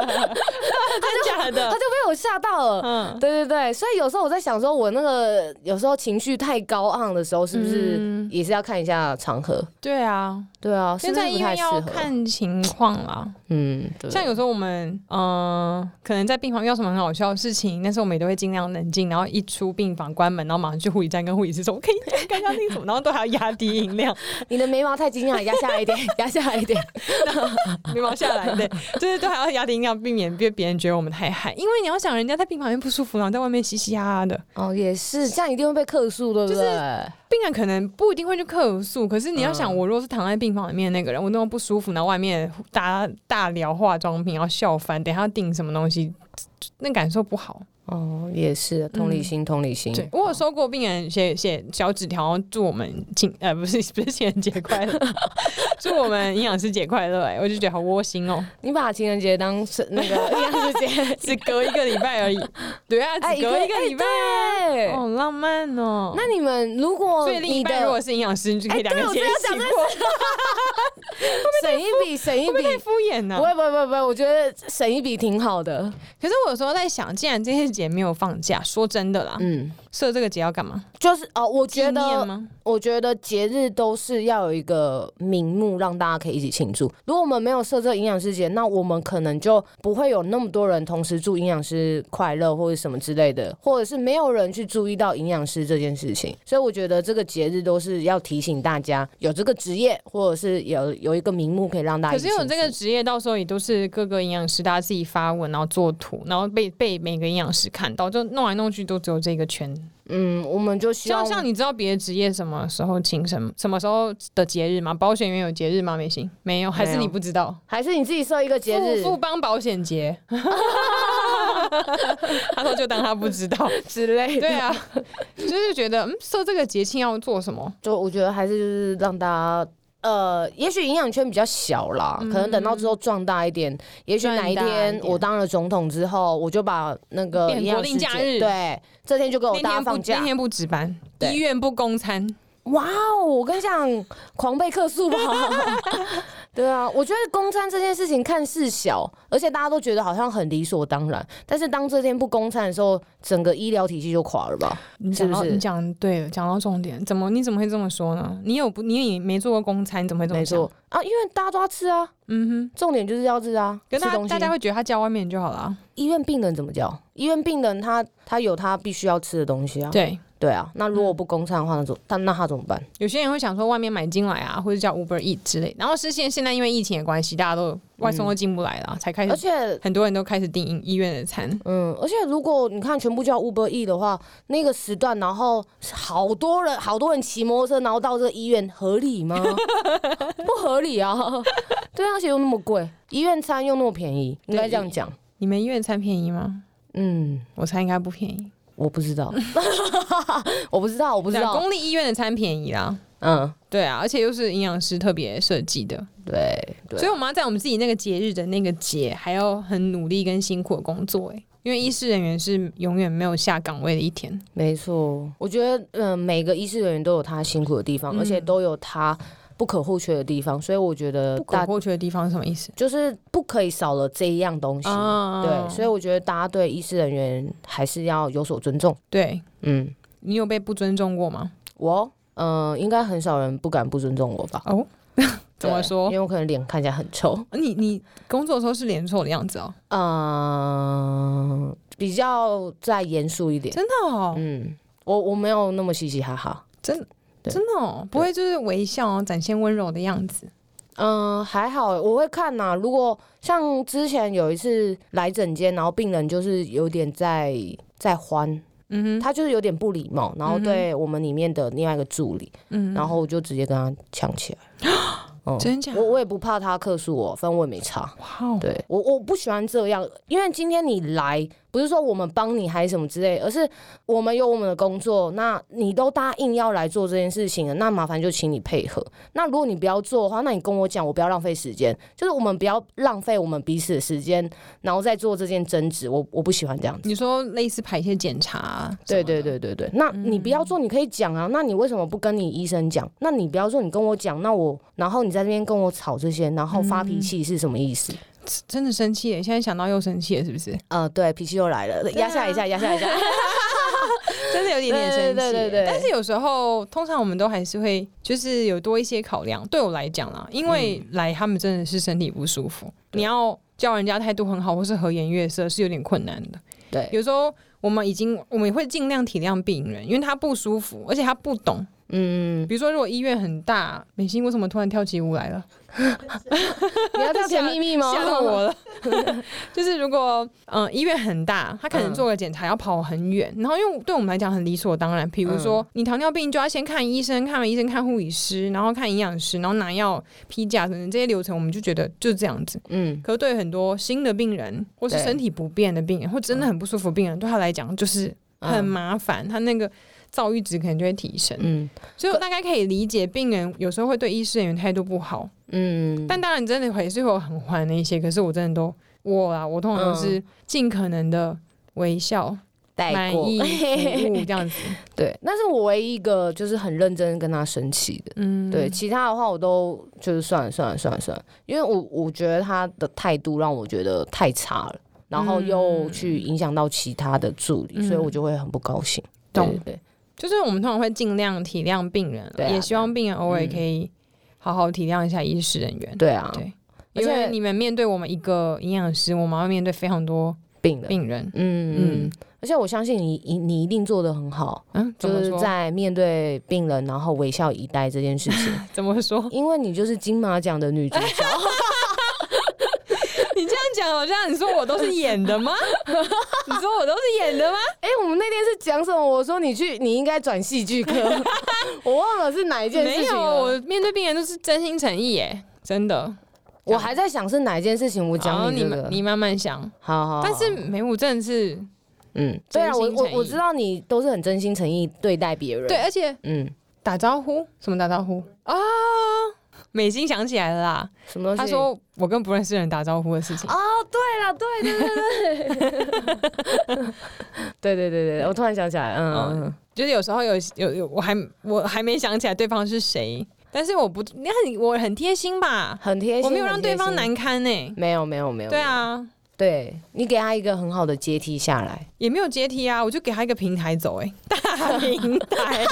[SPEAKER 2] 真假
[SPEAKER 1] 她就
[SPEAKER 2] 的？
[SPEAKER 1] 被我吓到了。
[SPEAKER 2] 嗯，
[SPEAKER 1] 对对对，所以有时候我在想，说我那个有时候情绪太高昂的时候，是不是
[SPEAKER 2] 嗯
[SPEAKER 1] 也是要看一下场合？
[SPEAKER 2] 对啊，
[SPEAKER 1] 对啊，是
[SPEAKER 2] 现
[SPEAKER 1] 不
[SPEAKER 2] 在
[SPEAKER 1] 是不
[SPEAKER 2] 医
[SPEAKER 1] 太
[SPEAKER 2] 院
[SPEAKER 1] 适
[SPEAKER 2] 要
[SPEAKER 1] 合？
[SPEAKER 2] 看情况啦。
[SPEAKER 1] 嗯，对，
[SPEAKER 2] 像有时候我们，嗯、可能在病房遇到什么很好笑的事情，但是我们也都会尽量冷静，然后一出病房关门，然后马上去护理站跟护理师说，我可以看一下那个什么，然后都还要压低 音量，
[SPEAKER 1] 你的眉毛太惊讶，压下来一点，压下来一点。
[SPEAKER 2] 眉毛下来，对，就是都还要压低音量，避免被别人觉得我们太嗨。因为你要想，人家在病房里面不舒服，然后在外面嘻嘻哈哈的，
[SPEAKER 1] 哦，也是，这样一定会被客诉，对不对？
[SPEAKER 2] 就是病人可能不一定会去客诉，可是你要想，
[SPEAKER 1] 嗯
[SPEAKER 2] 我如果是躺在病房里面那个人，我那么不舒服，然后外面大家大聊化妆品，然后笑翻，等一下要订什么东西，那感受不好。
[SPEAKER 1] 哦，也是，同理心，同理心。
[SPEAKER 2] 对，我有收过病人写写小纸条，祝我们情呃不是不是情人节快乐， 祝我们营养师节快乐、哎，我就觉得好窝心 哦、
[SPEAKER 1] 你把情人节当是那个一样时间，
[SPEAKER 2] 只隔一个礼拜而已，对啊，
[SPEAKER 1] 哎
[SPEAKER 2] 只隔一个礼拜，
[SPEAKER 1] 对啊
[SPEAKER 2] 好浪漫哦、
[SPEAKER 1] 那你们如果
[SPEAKER 2] 所以另一
[SPEAKER 1] 你
[SPEAKER 2] 半如果
[SPEAKER 1] 的
[SPEAKER 2] 是营养师，你就可以两个
[SPEAKER 1] 哎对我
[SPEAKER 2] 节一
[SPEAKER 1] 正要
[SPEAKER 2] 起
[SPEAKER 1] 讲
[SPEAKER 2] 过，
[SPEAKER 1] 省一笔，省一
[SPEAKER 2] 会不会太
[SPEAKER 1] 笔，
[SPEAKER 2] 敷衍呢、
[SPEAKER 1] 不会不会不会不会，我觉得省一笔挺好的。
[SPEAKER 2] 可是我有时候在想，既然这些节没有放假， 说真的啦，
[SPEAKER 1] 嗯，
[SPEAKER 2] 设这个节要干嘛？
[SPEAKER 1] 就是哦，我
[SPEAKER 2] 纪
[SPEAKER 1] 觉
[SPEAKER 2] 念
[SPEAKER 1] 得
[SPEAKER 2] 吗？
[SPEAKER 1] 我觉得节日都是要有一个名目让大家可以一起庆祝。如果我们没有设这个营养师节，那我们可能就不会有那么多人同时祝营养师快乐或者什么之类的，或者是没有人去注意到营养师这件事情。所以我觉得这个节日都是要提醒大家有这个职业，或者是有有一个名目可以让大家
[SPEAKER 2] 可
[SPEAKER 1] 一起
[SPEAKER 2] 是
[SPEAKER 1] 庆祝。
[SPEAKER 2] 有这个职业，到时候也都是各个营养师大家自己发文，然后做图，然后被被每个营养师看到，就弄来弄去都只有这个圈。
[SPEAKER 1] 嗯，我们就希
[SPEAKER 2] 像
[SPEAKER 1] 望
[SPEAKER 2] 像你知道别的职业什么时候请什么什么时候的节日吗？保险员有节日吗？美心没有，还是
[SPEAKER 1] 没有
[SPEAKER 2] 你不知道？
[SPEAKER 1] 还是你自己设一个节
[SPEAKER 2] 富
[SPEAKER 1] 日
[SPEAKER 2] 富邦保险节， 他说就当他不知道。
[SPEAKER 1] 之类的。
[SPEAKER 2] 对啊，就是觉得嗯，设这个节庆要做什么？
[SPEAKER 1] 就我觉得还是就是让大家。呃，也许营养圈比较小啦，可能等到之后壮大一点，也许哪一
[SPEAKER 2] 嗯壮大一
[SPEAKER 1] 天
[SPEAKER 2] 点
[SPEAKER 1] 我当了总统之后，我就把那个
[SPEAKER 2] 变
[SPEAKER 1] 营养
[SPEAKER 2] 国定
[SPEAKER 1] 师节
[SPEAKER 2] 假日
[SPEAKER 1] 对，这天就给我
[SPEAKER 2] 那
[SPEAKER 1] 大家
[SPEAKER 2] 天不
[SPEAKER 1] 放假
[SPEAKER 2] 那，天不值班，
[SPEAKER 1] 对
[SPEAKER 2] 医院不供餐，
[SPEAKER 1] 哇哦，我跟你讲，狂被客诉吧。 对啊，我觉得公餐这件事情看似小，而且大家都觉得好像很理所当然，但是当这天不公餐的时候，整个医疗体系就垮了吧？
[SPEAKER 2] 你
[SPEAKER 1] 是
[SPEAKER 2] 讲
[SPEAKER 1] 不
[SPEAKER 2] 到
[SPEAKER 1] 是
[SPEAKER 2] 你讲对了，讲到重点，怎么你怎么会这么说呢？你有不你也没做过公餐，你怎么会这么
[SPEAKER 1] 没
[SPEAKER 2] 想？
[SPEAKER 1] 错啊，因为大家都要吃啊，
[SPEAKER 2] 嗯哼，
[SPEAKER 1] 重点就是要吃啊，
[SPEAKER 2] 可是
[SPEAKER 1] 吃
[SPEAKER 2] 大
[SPEAKER 1] 东西。
[SPEAKER 2] 大家会觉得他叫外面就好了啊。
[SPEAKER 1] 医院病人怎么叫？医院病人他他有他必须要吃的东西啊。
[SPEAKER 2] 对，
[SPEAKER 1] 对啊，那如果不公餐的话，那怎那那他怎么办？
[SPEAKER 2] 有些人会想说外面买进来啊，或者叫 Uber Eat 之类。然后是现现在因为疫情的关系，大家都外送都进不来了啊、才开
[SPEAKER 1] 嗯而
[SPEAKER 2] 始
[SPEAKER 1] 且
[SPEAKER 2] 很多人都开始订医院的餐。
[SPEAKER 1] 嗯，而且如果你看全部叫 Uber E 的话，那个时段，然后好多人，好多人骑摩托车，然后到这个医院，合理 吗？不合理 啊！对啊，而且又那么贵，医院餐又那么便宜，应该这样讲。
[SPEAKER 2] 你们医院餐便宜吗？
[SPEAKER 1] 嗯，
[SPEAKER 2] 我猜应该不便宜，
[SPEAKER 1] 我不知 道，我不知道，我不
[SPEAKER 2] 不
[SPEAKER 1] 知道。
[SPEAKER 2] 公立医院的餐便宜啦。
[SPEAKER 1] 嗯，
[SPEAKER 2] 对啊，而且又是营养师特别设计的，
[SPEAKER 1] 对对
[SPEAKER 2] 所以我们要在我们自己那个节日的那个节，还要很努力跟辛苦的工作、欸，因为医师人员是永远没有下岗位的一天。
[SPEAKER 1] 没错，我觉得，嗯、每个医师人员都有他辛苦的地
[SPEAKER 2] 嗯
[SPEAKER 1] 方，而且都有他不可或缺的地方，所以我觉得
[SPEAKER 2] 不可
[SPEAKER 1] 大
[SPEAKER 2] 或缺的地方是什么意思？
[SPEAKER 1] 就是不可以少了这一样东西。
[SPEAKER 2] 啊
[SPEAKER 1] 对，所以我觉得大家对医师人员还是要有所尊重。
[SPEAKER 2] 对
[SPEAKER 1] 嗯，
[SPEAKER 2] 你有被不尊重过吗？
[SPEAKER 1] 我嗯、呃应该很少人不敢不尊重我吧？
[SPEAKER 2] 哦， 怎么
[SPEAKER 1] 对
[SPEAKER 2] 说啊
[SPEAKER 1] 因？为我可能脸看起来很臭。
[SPEAKER 2] 你你工作的时候是脸臭的样子哦，
[SPEAKER 1] 嗯、比较再严肃一点。
[SPEAKER 2] 真的哦，
[SPEAKER 1] 嗯，我我没有那么嘻嘻哈哈。对
[SPEAKER 2] 真的哦，不会就是微笑、哦、展现温柔的样子。
[SPEAKER 1] 嗯、还好，我会看呐、如果像之前有一次来诊间，然后病人就是有点在在欢，
[SPEAKER 2] 嗯哼，
[SPEAKER 1] 他就是有点不礼貌，然后
[SPEAKER 2] 嗯哼
[SPEAKER 1] 对我们里面的另外一个助理，
[SPEAKER 2] 嗯，
[SPEAKER 1] 然后我就直接跟他抢起来。 嗯
[SPEAKER 2] 真假？
[SPEAKER 1] 我我也不怕他克诉我，反正我也没差。
[SPEAKER 2] 哇哦，
[SPEAKER 1] 对我我不喜欢这样，因为今天你来不是说我们帮你还是什么之类，而是我们有我们的工作，那你都答应要来做这件事情了，那麻烦就请你配合。那如果你不要做的话，那你跟我讲，我不要浪费时间，就是我们不要浪费我们彼此的时间，然后再做这件争执，我我不喜欢这样子。
[SPEAKER 2] 你说类似排泄检查、啊什么
[SPEAKER 1] 对
[SPEAKER 2] 的
[SPEAKER 1] 对，对对对，那你不要做，你可以讲啊。那你为什么不跟你医生讲？那你不要做，你跟我讲，那我然后你在那边跟我吵这些，然后发脾气是什么意思？
[SPEAKER 2] 真的生气耶，现在想到又生气了，是不是？
[SPEAKER 1] 呃，对，脾气又来了，
[SPEAKER 2] 对啊
[SPEAKER 1] 压下一下，压下一 下。
[SPEAKER 2] 真的有点点生
[SPEAKER 1] 对
[SPEAKER 2] 气。
[SPEAKER 1] 对对对对
[SPEAKER 2] 但是有时候，通常我们都还是会，就是有多一些考量。对我来讲啦，因
[SPEAKER 1] 嗯
[SPEAKER 2] 为来他们真的是身体不舒服，你要叫人家态度很好或是和颜悦色是有点困难的。
[SPEAKER 1] 对，
[SPEAKER 2] 有时候我们已经，我们也会尽量体谅病人，因为他不舒服，而且他不懂。
[SPEAKER 1] 嗯，
[SPEAKER 2] 比如说，如果医院很大，美心为什么突然跳起舞来了？
[SPEAKER 1] 你要这样甜蜜 蜜吗？
[SPEAKER 2] 吓到我了。 嗯就是如果嗯、呃医院很大，他可能做个检查要跑很远，然后因为对我们来讲很理所当然，比如说、你糖尿病就要先看医生，看完医生看护理师，然后看营养师，然后拿药、批假等等这些流程，我们就觉得就这样子。
[SPEAKER 1] 嗯，
[SPEAKER 2] 可是对很多新的病人，或是
[SPEAKER 1] 对
[SPEAKER 2] 身体不便的病人，或真的很不舒服的病人，对他来讲就是
[SPEAKER 1] 嗯
[SPEAKER 2] 很麻烦，他那个躁郁值可能就会提升。
[SPEAKER 1] 嗯
[SPEAKER 2] 所以我大概可以理解病人有时候会对医师人员态度不好，
[SPEAKER 1] 嗯，
[SPEAKER 2] 但当然，真的还是会有很欢的一些，可是我真的都我啊，我通常都是尽可能的微笑、
[SPEAKER 1] 嗯带
[SPEAKER 2] 满
[SPEAKER 1] 过
[SPEAKER 2] 意、服务这样子。
[SPEAKER 1] 对，那是我唯一一个就是很认真跟他生气的。
[SPEAKER 2] 嗯，
[SPEAKER 1] 对，其他的话我都就是算了算了算了算了，因为我我觉得他的态度让我觉得太差了，然后又去影响到其他的助理，
[SPEAKER 2] 嗯
[SPEAKER 1] 所以我就会很不高兴。
[SPEAKER 2] 懂
[SPEAKER 1] 对对
[SPEAKER 2] 就是我们通常会尽量体谅病人，
[SPEAKER 1] 对啊
[SPEAKER 2] 也希望病人偶尔可以好好体谅一下医师人员。
[SPEAKER 1] 对对啊，
[SPEAKER 2] 对，
[SPEAKER 1] 而
[SPEAKER 2] 因
[SPEAKER 1] 且
[SPEAKER 2] 为你们面对我们一个营养师，我们要面对非常多
[SPEAKER 1] 病人，
[SPEAKER 2] 病人。
[SPEAKER 1] 嗯
[SPEAKER 2] 嗯
[SPEAKER 1] 嗯，而且我相信你你你一定做得很好，
[SPEAKER 2] 嗯，怎
[SPEAKER 1] 就
[SPEAKER 2] 么
[SPEAKER 1] 是
[SPEAKER 2] 说？
[SPEAKER 1] 在面对病人然后微笑以待这件事情，
[SPEAKER 2] 怎么说？
[SPEAKER 1] 因为你就是金马奖的女主角。
[SPEAKER 2] 你这样讲好像你说我都是演的吗？ 你说我都是演的吗？
[SPEAKER 1] 哎、我们那天是讲什么？我说你去，你应该转戏剧 科，我忘了是哪一件事
[SPEAKER 2] 没
[SPEAKER 1] 情
[SPEAKER 2] 有，
[SPEAKER 1] 了。
[SPEAKER 2] 我面对病人都是真心诚意耶，真的。
[SPEAKER 1] 我还在想是哪一件事情，我
[SPEAKER 2] 然后
[SPEAKER 1] 讲哦
[SPEAKER 2] 你
[SPEAKER 1] 你这
[SPEAKER 2] 们
[SPEAKER 1] 个。哦
[SPEAKER 2] 你慢慢想，
[SPEAKER 1] 好好好，
[SPEAKER 2] 但是没我真的是
[SPEAKER 1] 嗯，对啊，我
[SPEAKER 2] 真心
[SPEAKER 1] 我
[SPEAKER 2] 诚意
[SPEAKER 1] 我知道你都是很真心诚意对待别人，
[SPEAKER 2] 对，，而且
[SPEAKER 1] 嗯，
[SPEAKER 2] 打招呼什么打招呼啊？美心想起来了啦，
[SPEAKER 1] 什么东西？
[SPEAKER 2] 她说我跟不认识的人打招呼的事情，
[SPEAKER 1] 哦，对了， 对对对对，对对对对，我突然想起来，嗯，嗯嗯
[SPEAKER 2] 就是有时候有有有，我还我还没想起来对方是谁，但是我不，你看我很贴心吧，
[SPEAKER 1] 很贴心，
[SPEAKER 2] 我没有让
[SPEAKER 1] 很贴
[SPEAKER 2] 对方
[SPEAKER 1] 心
[SPEAKER 2] 难堪呢、欸
[SPEAKER 1] 没有没有没有，
[SPEAKER 2] 对，啊，
[SPEAKER 1] 对你给他一个很好的阶梯下来，
[SPEAKER 2] 也没有阶梯啊，我就给他一个平台走、哎，大平台，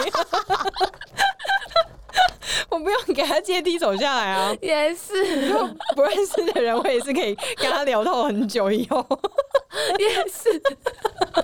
[SPEAKER 2] 我不用给他阶梯走下来啊。
[SPEAKER 1] 也是
[SPEAKER 2] 如果不认识的人，我也是可以跟他聊到很久以后。
[SPEAKER 1] 也是，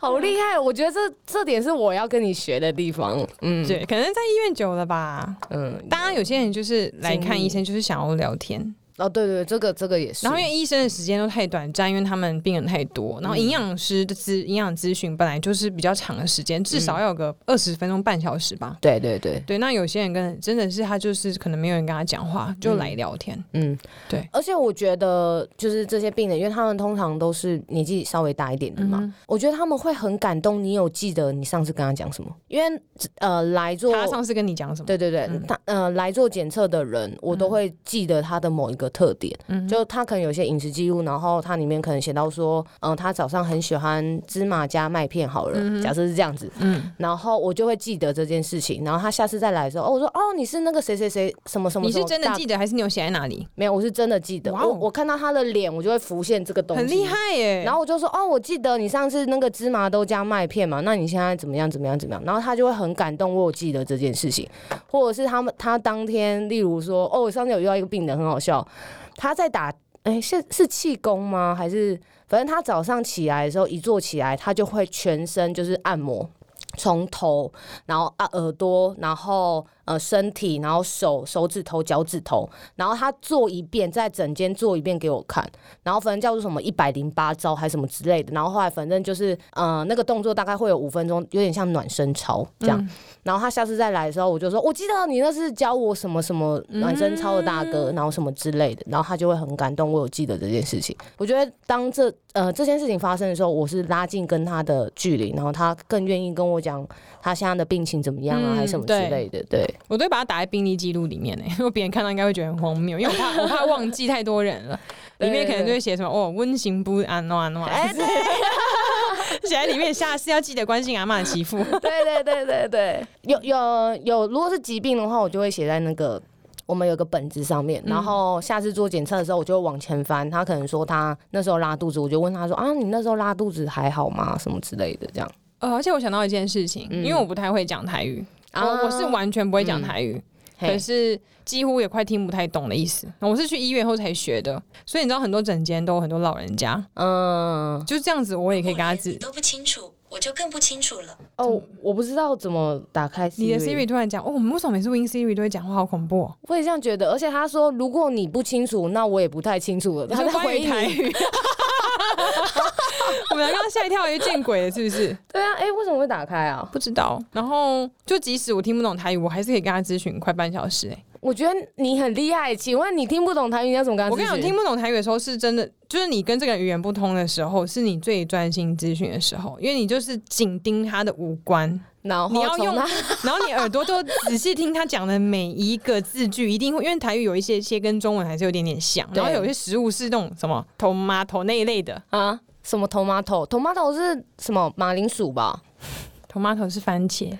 [SPEAKER 1] 好厉害！我觉得这这点是我要跟你学的地方。嗯
[SPEAKER 2] 对，可能在医院久了吧。
[SPEAKER 1] 嗯，
[SPEAKER 2] 当然，有些人就是来看
[SPEAKER 1] 经历
[SPEAKER 2] 医生，就是想要聊天。
[SPEAKER 1] 哦对对，这个这个也是。
[SPEAKER 2] 然后因为医生的时间都太短暂，因为他们病人太多，然后营养师的咨营养咨询本来就是比较长的时间，至
[SPEAKER 1] 嗯
[SPEAKER 2] 少要有个二十分钟半小时吧。
[SPEAKER 1] 对对对，
[SPEAKER 2] 对，那有些人跟真的是他就是可能没有人跟他讲话，就来聊天。
[SPEAKER 1] 嗯
[SPEAKER 2] 对。
[SPEAKER 1] 而且我觉得就是这些病人，因为他们通常都是年纪稍微大一点的嘛，
[SPEAKER 2] 嗯
[SPEAKER 1] 我觉得他们会很感动。你有记得你上次跟他讲什么？因为呃来做。
[SPEAKER 2] 他上次跟你讲什么？
[SPEAKER 1] 对对对，
[SPEAKER 2] 嗯
[SPEAKER 1] 他呃来做检测的人，我都会记得他的某一个特点，
[SPEAKER 2] 嗯
[SPEAKER 1] 就他可能有些饮食记录，然后他里面可能写到说，嗯、他早上很喜欢芝麻加麦片，好了，假设是这样子，
[SPEAKER 2] 嗯，
[SPEAKER 1] 然后我就会记得这件事情，然后他下次再来的时候，哦，我说哦你是那个谁谁谁什么什么
[SPEAKER 2] 你
[SPEAKER 1] 什么
[SPEAKER 2] 是
[SPEAKER 1] 大，
[SPEAKER 2] 真的记得还是你有写在哪里？
[SPEAKER 1] 没有，我是真的记得，
[SPEAKER 2] 哇哦
[SPEAKER 1] 我我看到他的脸，我就会浮现这个东西，
[SPEAKER 2] 很厉害。耶！
[SPEAKER 1] 然
[SPEAKER 2] 后
[SPEAKER 1] 后我就说，哦，我记得你上次那个芝麻豆浆麦片嘛，那你现在怎么样怎么样怎么样？然后他就会很感动，我有记得这件事情，或者是他们他当天，例如说，哦，我上次有遇到一个病人很好笑，他在打，哎，是是气功吗？还是反正他早上起来的时候，一坐起来，他就会全身就是按摩。从头，然后啊耳朵，然后呃身体，然后手手指头、脚趾头，然后他做一遍，在整间做一遍给我看，然后反正叫做什么一百零八招还是什么之类的，然后后来反正就是呃那个动作大概会有五分钟，有点像暖身操这样。
[SPEAKER 2] 嗯
[SPEAKER 1] 然后他下次再来的时候，我就说我记得你那是教我什么什么暖身操的大哥，然后什么之类的，然后他就会很感动，我有记得这件事情。我觉得当这呃这件事情发生的时候，我是拉近跟他的距离，然后他更愿意跟我讲他现在的病情怎么样啊，
[SPEAKER 2] 嗯
[SPEAKER 1] 还是什么之类的。对，
[SPEAKER 2] 我都会把它打在病历记录里面呢， 如果别人看到应该会觉得很荒谬，因为我怕我怕忘记太多人了，里面可能就会写什么哦温情不安哦安哦，
[SPEAKER 1] 哎，对
[SPEAKER 2] 写在里面下次要记得关心阿嬷的媳妇。
[SPEAKER 1] 对对对对对，有有有，如果是疾病的话，我就会写在那个。我们有个本子上面，然后下次做检测的时候，我就会往前翻。他可能说他那时候拉肚子，我就问他说啊，你那时候拉肚子还好吗？什么之类的，这样。
[SPEAKER 2] 呃，而且我想到一件事情，
[SPEAKER 1] 嗯
[SPEAKER 2] 因为我不太会讲台语，我、我是完全不会讲台语，
[SPEAKER 1] 嘿
[SPEAKER 2] 可是几乎也快听不太懂的意思。我是去医院后才学的，所以你知道很多整间都有很多老人家，
[SPEAKER 1] 嗯，
[SPEAKER 2] 就是这样子，我也可以
[SPEAKER 3] 我
[SPEAKER 2] 跟他
[SPEAKER 3] 连你
[SPEAKER 2] 指。
[SPEAKER 3] 都不清楚，我就更不清楚了。
[SPEAKER 1] 哦，我不知道怎么打开
[SPEAKER 2] 你的 Siri 突然讲，哦，我们为什么每次 Win Siri 都会讲话，好恐怖、哦！
[SPEAKER 1] 我也这样觉得。而且他说，如果你不清楚，那我也不太清楚了。他
[SPEAKER 2] 你
[SPEAKER 1] 在
[SPEAKER 2] 说关
[SPEAKER 1] 回
[SPEAKER 2] 于
[SPEAKER 1] 应
[SPEAKER 2] 台
[SPEAKER 1] 你。
[SPEAKER 2] 语， 我们刚刚吓一跳，以为见鬼了，是不是？
[SPEAKER 1] 对啊，哎、为什么会打开啊？
[SPEAKER 2] 不知道。然后就即使我听不懂台语，我还是可以跟他咨询快半小时、欸。
[SPEAKER 1] 我觉得你很厉害。请问你听不懂台语，你要怎么跟他
[SPEAKER 2] 我跟你
[SPEAKER 1] 咨
[SPEAKER 2] 讲，
[SPEAKER 1] 询
[SPEAKER 2] 啊听不懂台语的时候是真的，就是你跟这个人语言不通的时候，是你最专心咨询的时候，因为你就是紧盯他的五官，
[SPEAKER 1] 然后
[SPEAKER 2] 你要
[SPEAKER 1] 从
[SPEAKER 2] 用
[SPEAKER 1] 他
[SPEAKER 2] 然后你耳朵都仔细听他讲的每一个字句，一定会，因为台语有一些些跟中文还是有点点像，
[SPEAKER 1] 对
[SPEAKER 2] 然后有些食物是那种什么头麻头那一类的，
[SPEAKER 1] 啊，什么 tomato tomato 是什么马铃薯吧？
[SPEAKER 2] 头麻头是番茄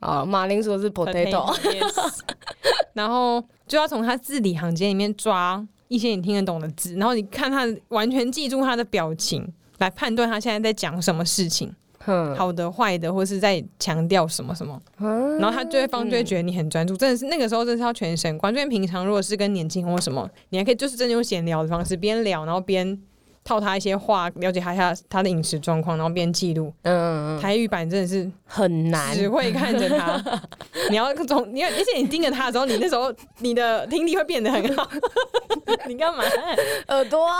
[SPEAKER 1] 啊，马铃薯是 potato。
[SPEAKER 2] yes 然后就要从他字里行间里面抓一些你听得懂的字，然后你看他完全记住他的表情。来判断他现在在讲什么事情，
[SPEAKER 1] 哼，
[SPEAKER 2] 好的、坏的，或是在强调什么什么，然后他对方就会觉得你很专注，真的是那个时候真的是要全神贯注。因为平常如果是跟年轻人或什么，你还可以就是真的用闲聊的方式，边聊然后边套他一些话，了解他一下他的饮食状况，然后边记录。
[SPEAKER 1] 嗯，
[SPEAKER 2] 台语版真的是
[SPEAKER 1] 很难。
[SPEAKER 2] 只会看着他，你要从你要，而且你盯着他的时候，你那时候你的听力会变得很好。 你干嘛？
[SPEAKER 1] 耳朵啊，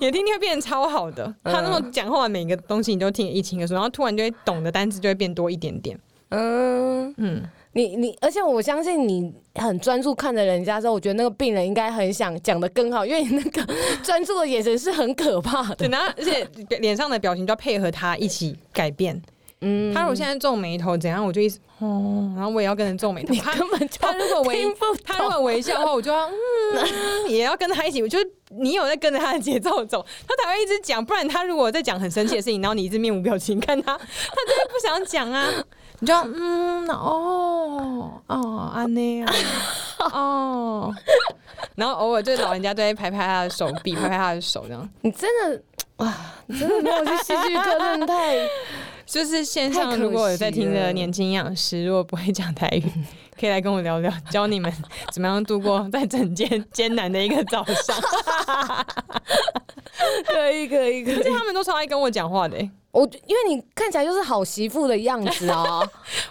[SPEAKER 2] 你的听力会变得超好的。他那么讲话，每个东西你都听得一清二楚，然后突然就会懂的单词就会变多一点点。
[SPEAKER 1] 嗯嗯
[SPEAKER 2] 嗯，
[SPEAKER 1] 你你，而且我相信你很专注看着人家之后，我觉得那个病人应该很想讲的更好，因为你那个 专注的眼神是很可怕
[SPEAKER 2] 对，
[SPEAKER 1] 的。
[SPEAKER 2] 然后而且脸上的表情就要配合他一起改变。
[SPEAKER 1] 嗯，
[SPEAKER 2] 他如果现在皱眉头怎样，我就一直哦，然后我也要跟着皱眉头。
[SPEAKER 1] 你
[SPEAKER 2] 他
[SPEAKER 1] 根本就
[SPEAKER 2] 他如果微
[SPEAKER 1] 听不
[SPEAKER 2] 他如
[SPEAKER 1] 懂。
[SPEAKER 2] 果微笑的话，我就要嗯，也要跟他一起。我就是你有在跟着他的节奏走，他才会一直讲。不然他如果在讲很生气的事情，然后你一直面无表情看 他，他就会不想讲啊。你就要嗯哦哦安内啊哦， 然后偶尔就是老人家都会拍拍他的手臂，拍拍他的手这样。
[SPEAKER 1] 你真的哇，你真的没有去戏剧课，真的太
[SPEAKER 2] 就是线
[SPEAKER 1] 太
[SPEAKER 2] 上
[SPEAKER 1] 可
[SPEAKER 2] 如果有在听
[SPEAKER 1] 惜
[SPEAKER 2] 的
[SPEAKER 1] 了
[SPEAKER 2] 年轻营养师，如果不会讲台 语，可以来跟我聊聊，教你们怎么样度过在整间艰难的一个早 上。
[SPEAKER 1] 可以可以可
[SPEAKER 2] 而且。他们都超爱跟我讲话的欸、
[SPEAKER 1] 我因为你看起来就是好媳妇的样子 啊，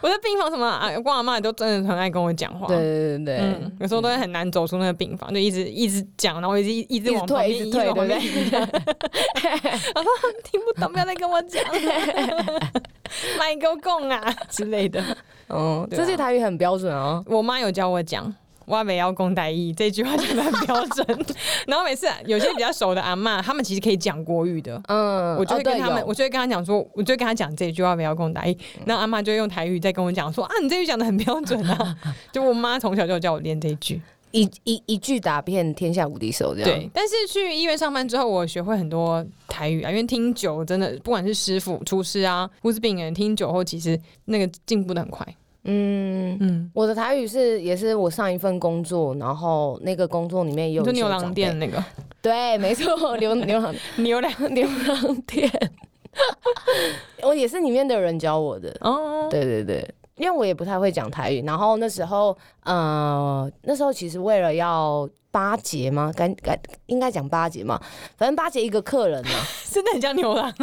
[SPEAKER 2] 我在病房什么啊，我阿妈都真的很爱跟我讲话。
[SPEAKER 1] 对对对对，
[SPEAKER 2] 嗯，有时候都会很难走出那个病房，就一直一直讲，然后一直一直
[SPEAKER 1] 一直
[SPEAKER 2] 往旁
[SPEAKER 1] 退
[SPEAKER 2] 边，
[SPEAKER 1] 一直
[SPEAKER 2] 往
[SPEAKER 1] 退，对
[SPEAKER 2] 旁
[SPEAKER 1] 不
[SPEAKER 2] 边
[SPEAKER 1] 对？
[SPEAKER 2] 我说啊听不懂，不要再跟我讲， 买狗供啊之类的。
[SPEAKER 1] 嗯，
[SPEAKER 2] 对啊
[SPEAKER 1] 这句台语很标准哦。
[SPEAKER 2] 我妈有教我讲。挖北要公代意这句话讲的 很标准，然后每次有些比较熟的阿嬷，他们其实可以讲国语的，
[SPEAKER 1] 嗯，
[SPEAKER 2] 我就会
[SPEAKER 1] 哦对
[SPEAKER 2] 跟他们，
[SPEAKER 1] 有嗯
[SPEAKER 2] 我就会跟他讲说，我就会跟他讲这句话不要跟我打一，然后阿妈就会用台语在跟我讲说啊，你这句讲的很标准 啊，就我妈从小就叫我练这一句。
[SPEAKER 1] 一一一句打遍天下无敌手这样。
[SPEAKER 2] 对，但是去医院上班之后，我学会很多台语啊，因为听久真的，不管是师傅、厨师啊，或是病人，听久后其实那个进步的很快。
[SPEAKER 1] 嗯，
[SPEAKER 2] 嗯，
[SPEAKER 1] 我的台语是也是我上一份工作，然后那个工作里面也有
[SPEAKER 2] 就
[SPEAKER 1] 一些
[SPEAKER 2] 牛
[SPEAKER 1] 长
[SPEAKER 2] 郎
[SPEAKER 1] 辈
[SPEAKER 2] 店，那个
[SPEAKER 1] 对，没错，牛 牛郎
[SPEAKER 2] 牛郎
[SPEAKER 1] 牛郎店， 我也是里面的人教我的。
[SPEAKER 2] 哦，
[SPEAKER 1] 对对对，因为我也不太会讲台语，然后那时候，呃，那时候其实为了要巴结嘛，该该应该讲巴结嘛，反正巴结一个客人嘛，
[SPEAKER 2] 真的很像牛郎。啊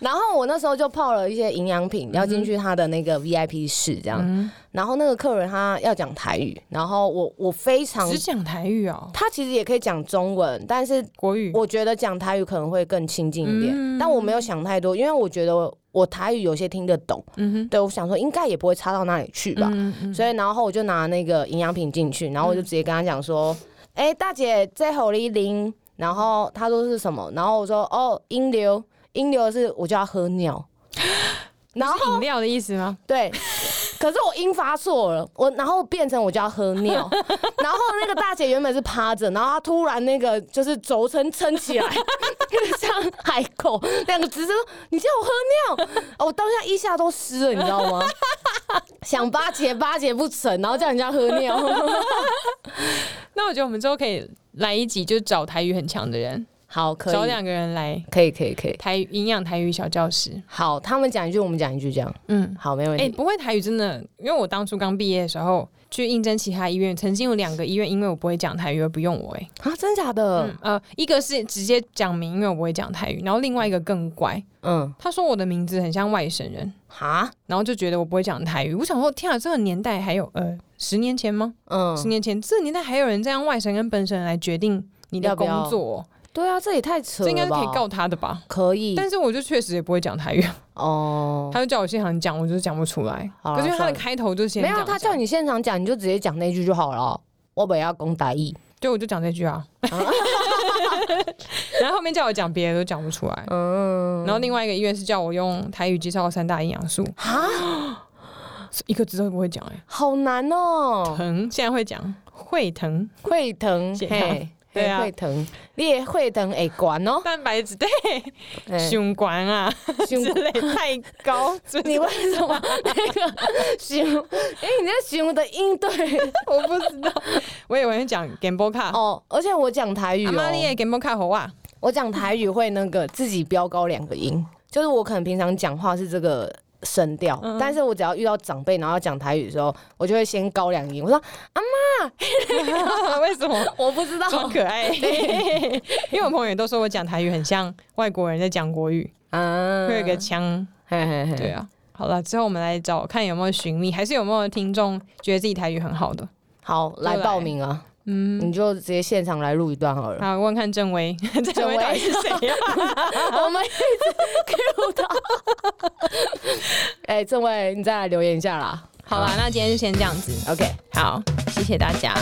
[SPEAKER 1] 然后我那时候就泡了一些营养品，要进去他的那个 VIP 室这样，
[SPEAKER 2] 嗯，
[SPEAKER 1] 然后那个客人他要讲台语，然后我我非常
[SPEAKER 2] 只。讲台语哦，
[SPEAKER 1] 他其实也可以讲中文，但是
[SPEAKER 2] 国语。
[SPEAKER 1] 我觉得讲台语可能会更亲近一点。
[SPEAKER 2] 嗯
[SPEAKER 1] 但我没有想太多，因为我觉得我我台语有些听得懂，
[SPEAKER 2] 嗯哼，
[SPEAKER 1] 对我想说应该也不会差到哪里去吧。
[SPEAKER 2] 嗯嗯
[SPEAKER 1] 所以然后我就拿那个营养品进去，然后我就直接跟他讲说：“哎、大姐，这猴梨零。”然后他说是什么？然后我说：“哦，阴流，阴流是我叫他喝尿。”然后
[SPEAKER 2] 是嗯饮料的意思吗？
[SPEAKER 1] 对，可是我音发错了，我然后变成我就要喝尿，然后那个大姐原本是趴着，然后她突然那个就是轴撑撑起来， 像海狗两个直接说：“你叫我喝尿！”哦，我当下一下都湿了，你知道吗？想巴结巴结不成，然后叫人家喝尿，
[SPEAKER 2] 那我觉得我们之后可以来一集，就找台语很强的人，
[SPEAKER 1] 好可
[SPEAKER 2] 找
[SPEAKER 1] 以，
[SPEAKER 2] 两个人来
[SPEAKER 1] 可以可以可以，
[SPEAKER 2] 台语营养台语小教室。
[SPEAKER 1] 好，他们讲一句，我们讲一句，这样
[SPEAKER 2] 嗯，
[SPEAKER 1] 好，没问
[SPEAKER 2] 哎、
[SPEAKER 1] 题。
[SPEAKER 2] 不会台语真的，因为我当初刚毕业的时候去应征其他医院，曾经有两个医院因为我不会讲台语而不用我、哎，
[SPEAKER 1] 啊，真假的？
[SPEAKER 2] 嗯呃，一个是直接讲明，因为我不会讲台语，然后另外一个更怪，
[SPEAKER 1] 嗯，
[SPEAKER 2] 他说我的名字很像外省人，
[SPEAKER 1] 哈，
[SPEAKER 2] 然后就觉得我不会讲台语。我想说，天啊，这个年代还有呃十年前吗？
[SPEAKER 1] 嗯，
[SPEAKER 2] 十年前这个年代还有人这样外省跟本省人来决定你的
[SPEAKER 1] 要不
[SPEAKER 2] 工
[SPEAKER 1] 要
[SPEAKER 2] 作哦、
[SPEAKER 1] 对啊，这也太扯
[SPEAKER 2] 这
[SPEAKER 1] 了吧？
[SPEAKER 2] 应该是可以告他的吧？
[SPEAKER 1] 可以
[SPEAKER 2] 但是我就确实也不会讲台语，
[SPEAKER 1] 嗯哦。
[SPEAKER 2] 他就叫我现场讲，我就是讲不出来。
[SPEAKER 1] 好啦
[SPEAKER 2] 可是因为他
[SPEAKER 1] 算了
[SPEAKER 2] 的开头就先
[SPEAKER 1] 没有，
[SPEAKER 2] 讲
[SPEAKER 1] 他
[SPEAKER 2] 这样
[SPEAKER 1] 叫你现场讲，你就直接讲那句就好了。我本要攻打义，
[SPEAKER 2] 对，我就讲这句啊。 然后后面叫我讲别的都讲不出来。
[SPEAKER 1] 嗯，
[SPEAKER 2] 然后另外一个医院是叫我用台语介绍三大营养素，
[SPEAKER 1] 啊，
[SPEAKER 2] 一个字都不会讲哎、
[SPEAKER 1] 好难 哦，
[SPEAKER 2] 疼现在会讲会疼，
[SPEAKER 1] 会疼，
[SPEAKER 2] 谢谢
[SPEAKER 1] 嘿，
[SPEAKER 2] 对啊
[SPEAKER 1] 会疼，你也会疼，哎，管 哦，
[SPEAKER 2] 蛋白质对，
[SPEAKER 1] 哎
[SPEAKER 2] 胸管啊
[SPEAKER 1] 胸
[SPEAKER 2] 之类太 高，所以
[SPEAKER 1] 你为什么那个胸？哎，你这胸的音对
[SPEAKER 2] 我不知道，我以为会讲 g a m b o 卡，
[SPEAKER 1] 哦，而且我讲台语
[SPEAKER 2] 阿妈你
[SPEAKER 1] 哦，
[SPEAKER 2] 也 g a m b o 卡好 啊，
[SPEAKER 1] 我讲台语会那个自己飙高两个音，就是我可能平常讲话是这个。声调，
[SPEAKER 2] 嗯
[SPEAKER 1] 但是我只要遇到长辈，然后要讲台语的时候，我就会先高两音。我说
[SPEAKER 2] 为什么？
[SPEAKER 1] 我不知道，
[SPEAKER 2] 装可 爱，因为我朋友也都说我讲台语很像外国人在讲国语，
[SPEAKER 1] 啊，
[SPEAKER 2] 会有一个腔。
[SPEAKER 1] 嘿嘿嘿，
[SPEAKER 2] 嗯对啊，好了，之后我们来找看有没有寻觅，还是有没有听众觉得自己台语很好的？
[SPEAKER 1] 好，来
[SPEAKER 2] 来
[SPEAKER 1] 报名啊！
[SPEAKER 2] 嗯，
[SPEAKER 1] 你就直接现场来录一段好了。
[SPEAKER 2] 好，问问看郑薇，郑
[SPEAKER 1] 郑
[SPEAKER 2] 薇
[SPEAKER 1] 薇
[SPEAKER 2] 到底是谁呀、啊
[SPEAKER 1] 我们一直 Q 到， 哎，郑伟，你再来留言一下啦。
[SPEAKER 2] 好啦，那今天就先这样子，
[SPEAKER 1] OK，
[SPEAKER 2] 好，谢谢大家，